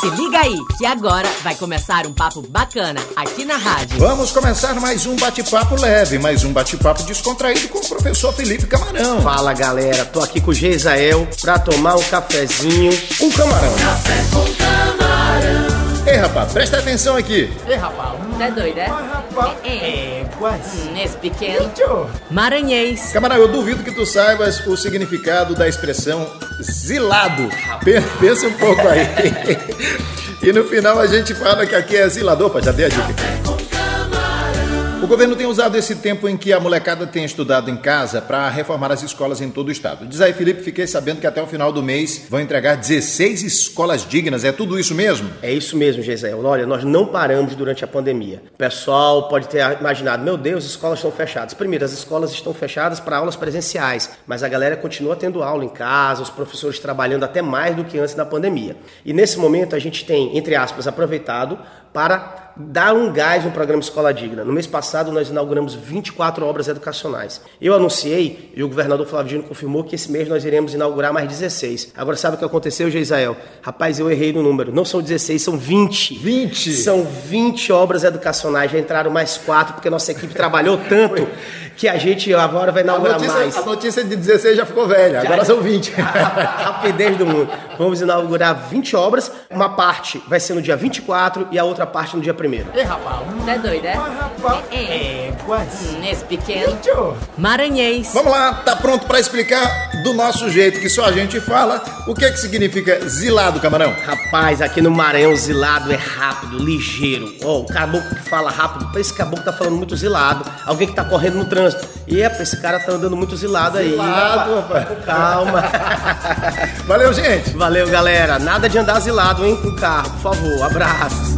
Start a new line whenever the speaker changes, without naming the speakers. Se liga aí, que agora vai começar um papo bacana aqui na rádio.
Vamos começar mais um bate-papo leve, mais um bate-papo descontraído com o professor Felipe Camarão.
Fala galera, tô aqui com o Geisael pra tomar um cafezinho.
Um camarão. Café com camarão. Ei, rapaz, presta atenção aqui.
Ei, rapaz,
Tá doido, é? É, é.
quase.
Hum, Esse pequeno. Maranhês.
Camarão, eu duvido que tu saibas o significado da expressão zilado. Pe- Pensa um pouco aí. E no final a gente fala que aqui é zilador. Opa, já dei a dica. O governo tem usado esse tempo em que a molecada tem estudado em casa para reformar as escolas em todo o estado. Diz aí, Felipe, fiquei sabendo que até o final do mês vão entregar 16 escolas dignas. É tudo isso mesmo?
É isso mesmo, Geisael. Olha, nós não paramos durante a pandemia. O pessoal pode ter imaginado, meu Deus, as escolas estão fechadas. Primeiro, as escolas estão fechadas para aulas presenciais, mas a galera continua tendo aula em casa, os professores trabalhando até mais do que antes da pandemia. E nesse momento a gente tem, entre aspas, aproveitado para dar um gás no programa Escola Digna. No mês passado nós inauguramos 24 obras educacionais. Eu anunciei e o governador Flávio Dino confirmou que esse mês nós iremos inaugurar mais 16. Agora sabe o que aconteceu, Geisael? Rapaz, eu errei no número. Não são 16, são 20.
20?
São 20 obras educacionais. Já entraram mais quatro porque nossa equipe trabalhou tanto que a gente agora vai
A
inaugurar mais.
notícia, a notícia de 16 já ficou velha,
Já- é.
agora são 20.
rapidez do mundo. Vamos inaugurar 20 obras. Uma parte vai ser no dia 24 e a outra parte no dia 1
Tá doido, é? É, é. Hum, Esse pequeno. Maranhês.
Vamos lá, tá pronto pra explicar do nosso jeito que só a gente fala o que é que significa zilado, camarão?
Rapaz, aqui no Maranhão, zilado é rápido, ligeiro. Ó, o caboclo que fala rápido, esse caboclo tá falando muito zilado. Alguém que tá correndo no trânsito. Epa, esse cara tá andando muito zilado,
Zilado,
aí.
rapaz.
Calma.
Valeu, gente.
Valeu, galera. Nada de andar zilado, hein, com o carro. Por favor, abraços.